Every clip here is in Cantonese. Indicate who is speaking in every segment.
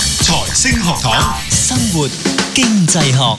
Speaker 1: 星學堂，
Speaker 2: 生活經濟學，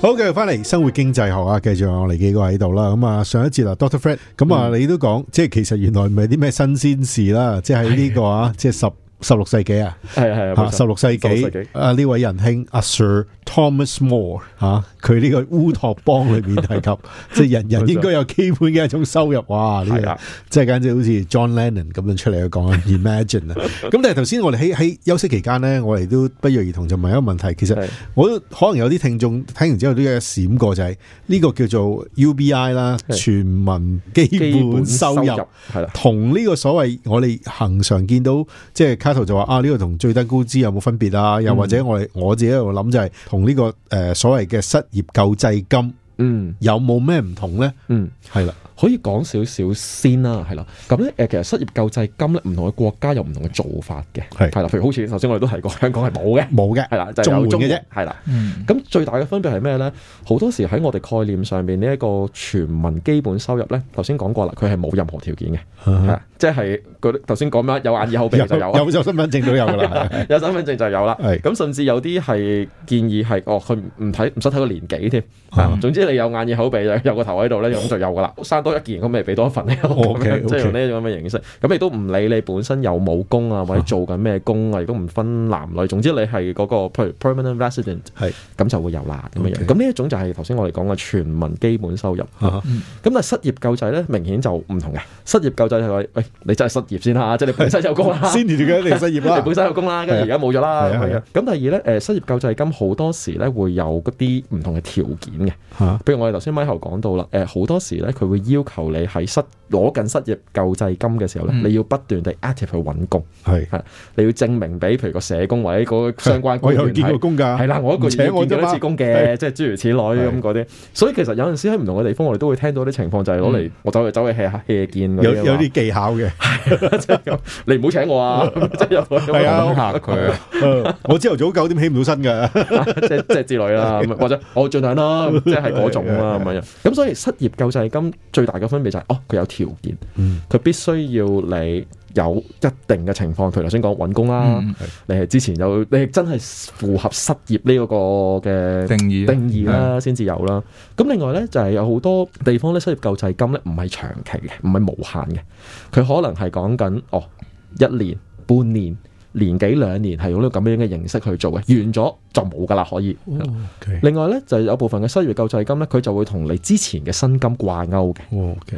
Speaker 3: 好，繼續翻嚟生活經濟學啊，繼續有我哋幾個喺度啦。咁啊，上一節啦，Doctor Fred，咁啊，
Speaker 1: 嗯
Speaker 3: 你都講，即係其實原來唔係啲咩新鮮事啦，即係喺呢個啊，即係十十六世紀啊，
Speaker 4: 係係
Speaker 3: 吓
Speaker 4: 冇
Speaker 3: 十
Speaker 4: 錯
Speaker 3: 六世
Speaker 4: 16世
Speaker 3: 紀
Speaker 4: 紀
Speaker 3: 啊呢位仁兄阿 Sir Thomas More 吓，佢呢個烏托邦裏面提 及，即係人人應該有基本嘅一種收入，哇！呢
Speaker 4: 係
Speaker 3: 個
Speaker 4: 啦。
Speaker 3: 即係簡直好似 John Lennon 咁樣出嚟去講 Imagine 啊！咁但係頭先我哋喺喺休息期間咧，我哋都不約而同就問一個問題，其實
Speaker 4: 係
Speaker 3: 我都可能有啲聽眾聽完之後都有閃過，就係呢個叫做 UBI 啦，
Speaker 4: 係
Speaker 3: 全民基本收入。
Speaker 4: 係啦，
Speaker 3: 同呢個所謂我哋恒常見到，即係卡圖就話啊，呢、個同最低工資有冇分別啊？又或
Speaker 4: 嗯
Speaker 3: 者我哋我自己喺度諗就係同呢個誒、呃所謂嘅失業救濟金
Speaker 4: 嗯
Speaker 3: 有冇咩唔同咧？
Speaker 4: 嗯。
Speaker 3: 係啦，
Speaker 4: 可以講少少先啦，係啦。咁咧誒，其實失業救濟金咧，唔同嘅國家有唔同嘅做法嘅，
Speaker 3: 係
Speaker 4: 係啦。譬如好似頭先我哋都提過， 香港係冇嘅，
Speaker 3: 冇嘅，
Speaker 4: 係啦，就係有
Speaker 3: 綜
Speaker 4: 中
Speaker 3: 援嘅啫
Speaker 4: 嘅，係啦。
Speaker 2: 嗯，
Speaker 4: 咁最大嘅分別係咩咧？好多時喺我哋概念上邊呢一個全民基本收入咧，頭先講過啦，佢係冇任何條件嘅，係啦，即係嗰啲頭先講咩有眼耳口鼻就有啊。
Speaker 3: 啊有有身份證都有噶啦， 係
Speaker 4: 有身份證就有啦。
Speaker 3: 係
Speaker 4: 咁甚至有啲係建議係哦，佢唔睇唔使睇個年紀添。啊總之你有眼耳口鼻，有 有個頭喺度咧，咁就有噶啦。生多一件咁咪俾多一 份你咯。
Speaker 3: OK，
Speaker 4: 咁樣即
Speaker 3: OK
Speaker 4: 係用呢種咁嘅形式。咁亦都唔理你本身有冇工啊，或者做緊咩工啊，亦都唔分男女。總之你係嗰個譬如 permanent resident，
Speaker 3: 係
Speaker 4: 咁就會有啦咁樣
Speaker 3: OK
Speaker 4: 樣。咁呢一種就係頭先我哋講嘅全民基本收入。
Speaker 3: 啊
Speaker 4: 咁但係失業救濟咧，明顯就唔同嘅。失業救濟係話，喂，你真係失業先啦，即係你本身有工啦。
Speaker 3: 先至嘅一定失業啊
Speaker 4: 你
Speaker 3: 啦
Speaker 4: 本。身有工啦，跟住而家冇咗啦
Speaker 3: 係啊
Speaker 4: 咁
Speaker 3: 係
Speaker 4: 樣
Speaker 3: 啊。
Speaker 4: 咁第二咧，誒失業救濟金好多時咧會有嗰啲唔同嘅條件嘅，
Speaker 3: 嚇
Speaker 4: 譬如我哋頭先 Michael 講到啦，誒好多時咧佢會要求你喺失攞緊失業救濟金嘅時候咧，
Speaker 2: 嗯
Speaker 4: 你要不斷地 active 去揾工，
Speaker 3: 係，
Speaker 4: 你要證明俾譬如個社工或者嗰個相關
Speaker 3: 我
Speaker 4: 官
Speaker 3: 有
Speaker 4: 員
Speaker 3: 見過
Speaker 4: 睇。
Speaker 3: 工㗎，
Speaker 4: 係啦，我一個
Speaker 3: 唔
Speaker 4: 月
Speaker 3: 請
Speaker 4: 見
Speaker 3: 我
Speaker 4: 幾
Speaker 3: 啫
Speaker 4: 多
Speaker 3: 嘛
Speaker 4: 次工嘅，即係諸如此類咁嗰啲，所以其實有陣時喺唔同嘅地方，我哋都會聽到啲情況就係攞嚟我走去走去 hea 下 hea 見嗰
Speaker 3: 有
Speaker 4: 啲啊
Speaker 3: 有
Speaker 4: 嘛
Speaker 3: 啲技巧嘅。
Speaker 4: 即係咁你唔好請我啊，即係有個咁
Speaker 3: 係啊
Speaker 4: 嘅
Speaker 5: 嚇佢啊，
Speaker 3: 嗯我朝頭早九點起唔到身 㗎，
Speaker 4: 即係即係之類啦，咁或者我盡量啦，即係嗰種啦咁樣。咁所以失業救濟金最大嘅分別就係、哦，佢有條件，
Speaker 3: 嗯
Speaker 4: 佢必須要你有一定嘅情況，譬如頭先講揾工啦，
Speaker 2: 嗯
Speaker 4: 你係之前有，你係真係符合失業呢一個嘅
Speaker 5: 定啊義
Speaker 4: 定義啦，先至有啦。咁另外咧就係、有好多地方咧失業救濟金咧唔係長期嘅，唔係無限嘅，佢可能係講緊哦一年、半年、年幾兩年係用呢個咁樣嘅形式去做嘅，完咗就冇噶啦，可以。
Speaker 3: 哦
Speaker 4: 另外咧就係有部分嘅失業救濟金咧，佢就會同你之前嘅薪金掛鈎嘅。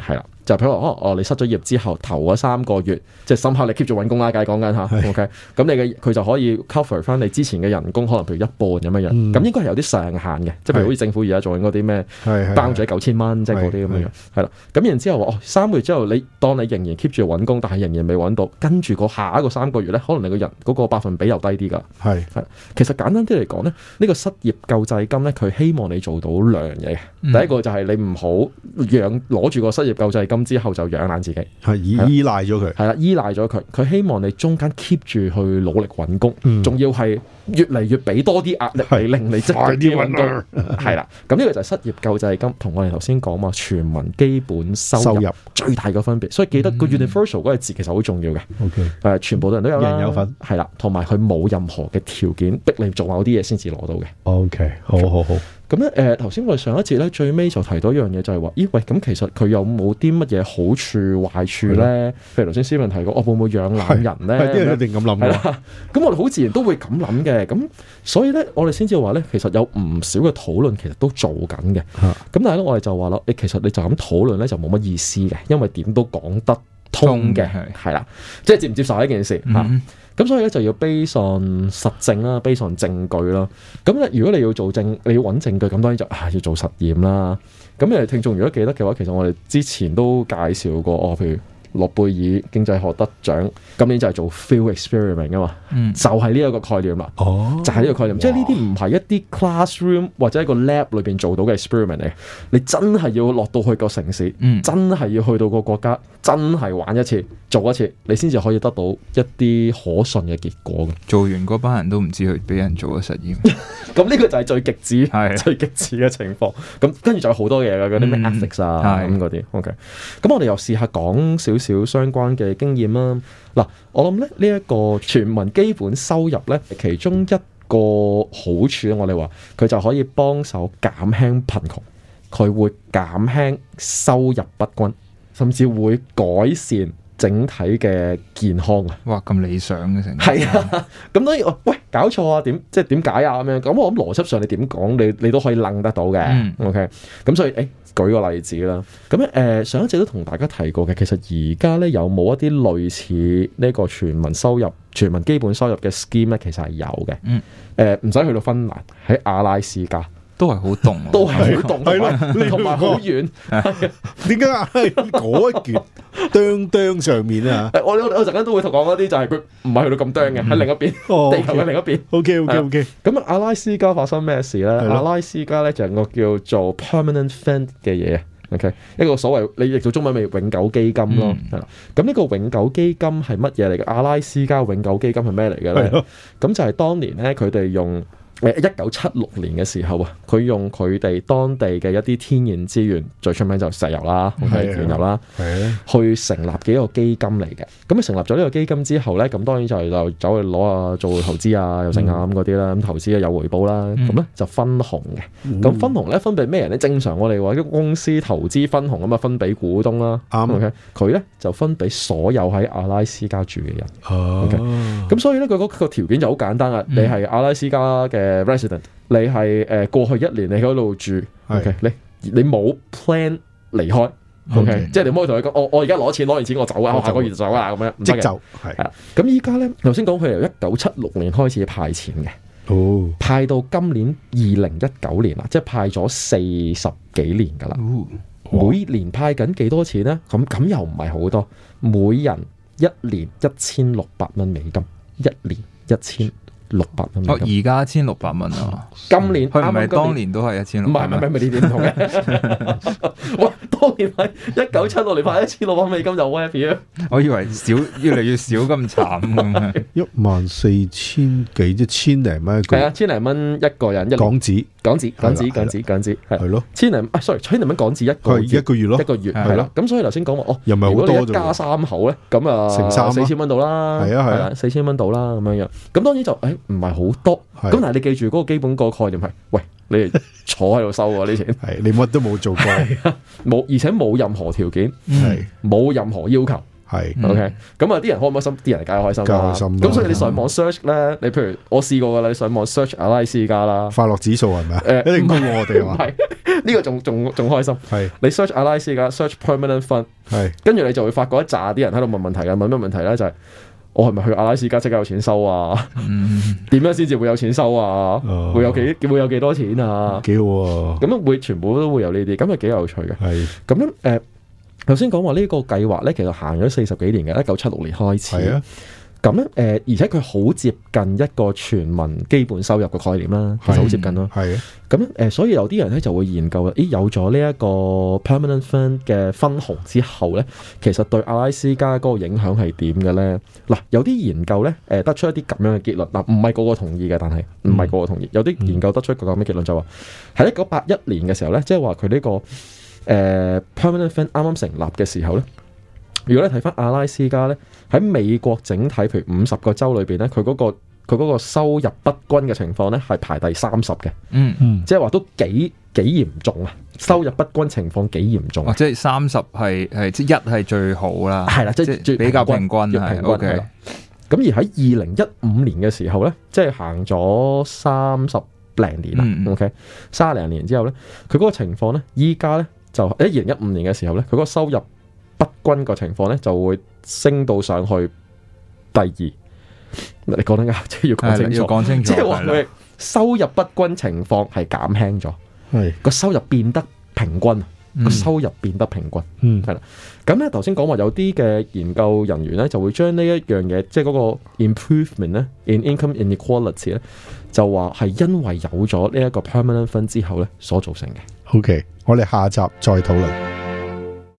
Speaker 4: 係啦，就譬如話，哦，哦，你失咗業之後頭嗰三個月，即係深刻你 keep 住揾工啦，梗係講緊嚇，OK，咁你嘅佢就可以 cover 翻你之前嘅人工，可能譬如一半咁樣樣，
Speaker 3: 嗯
Speaker 4: 咁、應該係有啲上限嘅，即係
Speaker 3: 係
Speaker 4: 譬如好似政府而家做緊嗰啲咩
Speaker 3: 係係
Speaker 4: 包咗九千蚊，即係嗰啲咁樣
Speaker 3: 係
Speaker 4: 樣，係啦，咁然之後話，哦，三個月之後你當你仍然 keep 住揾工，但係仍然未揾到，跟住個下一個三個月咧，可能你個人嗰個百分比又低啲㗎。
Speaker 3: 係
Speaker 4: 其實簡單啲嚟講咧，呢、呢個失業救濟金咧，佢希望你做到兩樣嘢嘅。
Speaker 2: 嗯
Speaker 4: 第一個就係你唔好養攞住個失業救濟金之後就養懶自己，
Speaker 3: 係依
Speaker 4: 係啦
Speaker 3: 依賴咗佢，
Speaker 4: 係啦，依賴咗佢。佢希望你中間 keep 住去努力揾工，
Speaker 3: 嗯
Speaker 4: 仲要係越嚟越俾多啲壓力
Speaker 3: 係
Speaker 4: 你，令你即
Speaker 3: 快啲揾
Speaker 4: 工。係啦，咁呢個就係失業救濟金同我哋頭先講嘛，全民基本收入
Speaker 3: 收入
Speaker 4: 最大嘅分別。所以記得個
Speaker 2: 嗯
Speaker 4: universal 嗰個字其實好重要嘅。
Speaker 3: OK，
Speaker 4: 誒、全部人都有啦，
Speaker 3: 人有份
Speaker 4: 係啦，同埋佢冇任何嘅條件逼你做某啲嘢先至攞到嘅。
Speaker 3: OK，好好好，
Speaker 4: 咁咧誒，頭先我哋上一節咧最尾就提到一樣嘢，就係話，咦喂，咁其實佢有冇啲乜嘢好處壞處咧？譬如頭先思文提過，我、會唔會養懶
Speaker 3: 係啲人
Speaker 4: 人
Speaker 3: 一
Speaker 4: 咧？
Speaker 3: 定咁諗
Speaker 4: 係
Speaker 3: 㗎，
Speaker 4: 啦，咁我哋好自然都會咁諗嘅，咁所以咧，我哋先至話咧，其實有唔少嘅討論其實都做緊嘅。咁但係咧，我哋就話啦，誒，其實你就咁討論咧就冇乜意思嘅，因為點都講得
Speaker 5: 通
Speaker 4: 通嘅
Speaker 5: 嘅，係
Speaker 4: 係啦，即係接唔接受呢件事嚇。
Speaker 5: 嗯
Speaker 4: 咁所以咧就要 based on 實證啦，based on 證據啦。咁咧如果你要做證，你要揾證據，咁當然就啊要做實驗啦。咁誒聽眾如果記得嘅話，其實我哋之前都介紹過哦，譬如諾貝爾經濟學得獎，今年就係做 field experiment 噶嘛，
Speaker 5: 嗯
Speaker 4: 就係呢一個概念啦。
Speaker 3: 哦
Speaker 4: 就係呢個概念，即係呢啲唔係一啲 classroom 或者一個 lab 裏邊做到嘅 experiment 嚟，你真係要落到去個城市，
Speaker 5: 嗯
Speaker 4: 真係要去到個國家，真係玩一次做一次，你先至可以得到一啲可信嘅結果嘅。
Speaker 5: 做完嗰班人都唔知佢俾人做咗實驗，
Speaker 4: 咁呢個就係最極致、
Speaker 5: 係
Speaker 4: 最極致嘅情況。咁跟住就有好多嘢嘅嗰啲咩
Speaker 5: 嗯
Speaker 4: ethics 啊咁
Speaker 5: 係
Speaker 4: 嗰啲。OK，咁我哋又試下講少少相關嘅經驗啦。嗱，我諗咧呢一個全民基本收入咧，其中一個好處呢我哋話佢就可以幫手減輕貧窮，佢會減輕收入不均，甚至會改善整體嘅健康啊。
Speaker 5: 哇，咁理想嘅成件事
Speaker 4: 係啊，咁當然我喂搞錯啊，點即係點解啊咁樣？咁我諗邏輯上你點講，你你都可以楞得到嘅。
Speaker 5: 嗯
Speaker 4: OK，咁所以誒、欸、舉個例子啦。咁誒、呃上一次都同大家提過嘅，其實而家咧有冇一啲類似呢個全民收入、全民基本收入嘅 scheme 咧，其實係有嘅。
Speaker 5: 嗯，
Speaker 4: 誒唔使去到芬蘭，喺阿拉斯加
Speaker 5: 都係好凍喎，啊
Speaker 4: 都係好凍，
Speaker 3: 係咯
Speaker 4: 同
Speaker 3: 你
Speaker 4: 埋同埋好遠。
Speaker 3: 點解係嗰一橛釘釘上面啊
Speaker 4: 誒我我我陣間都會同講嗰啲，就係佢唔係去到咁釘嘅，喺另一邊
Speaker 3: 哦
Speaker 4: 地球嘅另一邊。
Speaker 3: ？OK OK OK，
Speaker 4: 咁阿拉斯加發生咩事咧？
Speaker 3: 係咯
Speaker 4: 阿拉斯加咧就有個叫做 permanent fund 嘅嘢，OK，一個所謂你譯做中文咪永久基金
Speaker 3: 嗯
Speaker 4: 咯，係啦、咁呢個永久基金係乜嘢嚟嘅？阿拉斯加永久基金係咩嚟嘅
Speaker 3: 係
Speaker 4: 咧
Speaker 3: 咯？
Speaker 4: 咁就係當年咧佢哋用。誒一九七六年嘅時候啊，佢用佢哋當地嘅一啲天然資源，最出名就石油啦、
Speaker 3: 係啊
Speaker 4: OK，原油啦，
Speaker 3: 係啊，
Speaker 4: 去成立嘅一個基金嚟嘅。咁啊成立咗呢個基金之後咧，咁當然就係就走去攞啊做投資啊，又成啊咁嗰啲啦，咁投資啊有回報啦，咁咧就分紅
Speaker 3: Ừ.
Speaker 4: 嘅。
Speaker 3: 嗯
Speaker 4: 咁分紅咧分俾咩人咧？正常我哋話啲公司投資分紅咁啊，分俾股東啦。
Speaker 3: 啱
Speaker 4: OK，佢咧就分俾所有喺阿拉斯加住嘅人。
Speaker 3: Ờ. 哦，
Speaker 4: 咁所以咧，佢嗰個條件就好簡單啦。
Speaker 3: 嗯
Speaker 4: 你係阿拉斯加嘅 resident，你係誒、呃、過去一年你喺嗰度住
Speaker 3: 係
Speaker 4: ，OK，你你冇 plan 離開，OK，
Speaker 3: OK
Speaker 4: 即係你唔可以同佢講，我我而家攞錢攞完錢我走啊，
Speaker 3: 我
Speaker 4: 我
Speaker 3: 走
Speaker 4: 下個月就走啦咁樣，唔
Speaker 3: 即
Speaker 4: 得嘅。
Speaker 3: 就
Speaker 4: 係
Speaker 3: 係
Speaker 4: 啦，咁依家咧，頭先講佢由一九七六年開始派錢嘅，
Speaker 3: 哦，
Speaker 4: 派到今年二零一九年啦，即係派咗四十幾年噶啦。
Speaker 5: 哦
Speaker 4: 每年派緊幾多錢呢？咁咁又唔係好多，每人一年一千六百蚊美金，一年一千六百蚊
Speaker 5: 哦，
Speaker 4: 美金。
Speaker 5: 而家一千六百蚊啊，
Speaker 4: 今年
Speaker 5: 佢唔係
Speaker 4: 嗯啱啱今啊
Speaker 5: 當年都係一千
Speaker 4: 唔
Speaker 5: 六
Speaker 4: 係
Speaker 5: 百
Speaker 4: 唔係唔係
Speaker 5: 蚊，
Speaker 4: 唔係呢啲唔同嘅。喂，當年係一九七六年派一千六百美金就好 happy 啊！
Speaker 5: 我以為少越嚟越少咁慘咁樣，
Speaker 3: 一萬四千幾一千零蚊一個
Speaker 4: 係啊，千零蚊一個人，一年
Speaker 3: 港紙，
Speaker 4: 港紙
Speaker 3: 係啦
Speaker 4: 港紙
Speaker 3: 係啦
Speaker 4: 港紙港紙係
Speaker 3: 係咯，
Speaker 4: 千零啊，sorry，千零蚊港紙一個
Speaker 3: 佢係一
Speaker 4: 月。
Speaker 3: 個月咯
Speaker 4: 一，個月
Speaker 5: 係
Speaker 4: 係啦，咁所以頭先講話哦，
Speaker 3: 又唔係好
Speaker 4: 如果你
Speaker 3: 多啫喎
Speaker 4: 一家三口咧，咁啊
Speaker 3: 成三啊
Speaker 4: 四千蚊到啦，
Speaker 3: 係啊係啊
Speaker 4: 四千蚊到啦咁樣樣，咁當然就誒唔係好多，
Speaker 3: 係
Speaker 4: 咁但係你記住嗰個基本個概念係，喂，你哋 坐喺度收啊呢錢，
Speaker 3: 係你乜都冇做過，
Speaker 4: 冇而且冇任何條件，
Speaker 3: 係
Speaker 4: 冇任何要求。
Speaker 3: 係
Speaker 4: OK，咁啊啲人開唔開心？啲人梗係開心
Speaker 3: 嗯梗係
Speaker 4: 啦。
Speaker 3: 開心啦
Speaker 4: 咁所以你上網 search 咧，你譬如我試過㗎啦，你上網 search 阿拉斯加啦，
Speaker 3: 快樂指數係咪啊？
Speaker 4: 誒
Speaker 3: 一定高過我哋
Speaker 4: 唔
Speaker 3: 啊嘛，
Speaker 4: 係呢個仲仲仲開心。
Speaker 3: 係
Speaker 4: 你 search 阿拉斯加，search permanent fund。
Speaker 3: 係
Speaker 4: 跟住你就會發覺一紮啲人喺度問問題嘅，問咩問題咧？就係、我係咪去阿拉斯加即刻有錢收啊？
Speaker 5: 嗯，
Speaker 4: 點樣先至會有錢收啊？
Speaker 3: 哦
Speaker 4: 會有幾會有幾多錢啊？
Speaker 3: 幾好喎，
Speaker 4: 咁樣會全部都會有呢啲，咁係幾有趣嘅。
Speaker 3: 係
Speaker 4: 咁咧誒，呃頭先講話呢個計劃咧，其實行咗四十幾年嘅，一九七六年開始。
Speaker 3: 係啊，
Speaker 4: 咁咧誒，而且佢好接近一個全民基本收入嘅概念啦，其實好接近咯。
Speaker 3: 係啊，
Speaker 4: 咁誒、呃所以有啲人咧就會研究啦，咦有咗呢一個 permanent fund 嘅分紅之後咧，其實對阿拉斯加嗰個影響係點嘅咧？嗱，有啲研究咧誒、呃得出一啲咁樣嘅結論，嗱唔係個個同意嘅，但係唔係個個同意，有啲研究得出一個咁嘅結論就話喺一九八一年嘅時候咧，即係話佢呢個誒、呃 permanent fund 啱啱成立嘅時候咧。如果你睇翻阿拉斯加咧，喺美國整體譬如五十個州裏邊咧，佢嗰、個佢嗰個收入不均嘅情況咧係排第三十嘅。
Speaker 5: 嗯，
Speaker 4: 即係話都幾幾嚴重啊！收入不均情況幾嚴重
Speaker 5: 或
Speaker 4: 啊！
Speaker 5: 者哦係三十係係即係一係最好啦，
Speaker 4: 係啦即係最
Speaker 5: 比較
Speaker 4: 平
Speaker 5: 平
Speaker 4: 均
Speaker 5: 均
Speaker 4: 要平
Speaker 5: 係
Speaker 4: 均
Speaker 5: OK
Speaker 4: 係啦。咁而喺二零一五年嘅時候咧，即係行咗三十零年啦、
Speaker 5: 嗯嗯
Speaker 4: o k 三十零年之後咧，佢嗰個情況咧，依家咧就喺二零一五年嘅時候咧，佢嗰個收入不均個情況咧就會升到上去第二。你講得啱，即係要講
Speaker 5: 係啦
Speaker 4: 清
Speaker 5: 要
Speaker 4: 楚，
Speaker 5: 講清楚，
Speaker 4: 即係話
Speaker 5: 係啦
Speaker 4: 佢收入不均情況係減輕咗，
Speaker 3: 係
Speaker 4: 個收入變得平均啊，個
Speaker 5: 嗯
Speaker 4: 收入變得平均。
Speaker 3: 嗯
Speaker 4: 咁咧，頭先講話有啲嘅研究人員咧，就會將呢一樣嘢，即係嗰個 improvement 咧，in income inequality 咧，就話係因為有咗呢一個 permanent fund 之後咧，所造成嘅。
Speaker 3: ，OK，我哋下集再討論。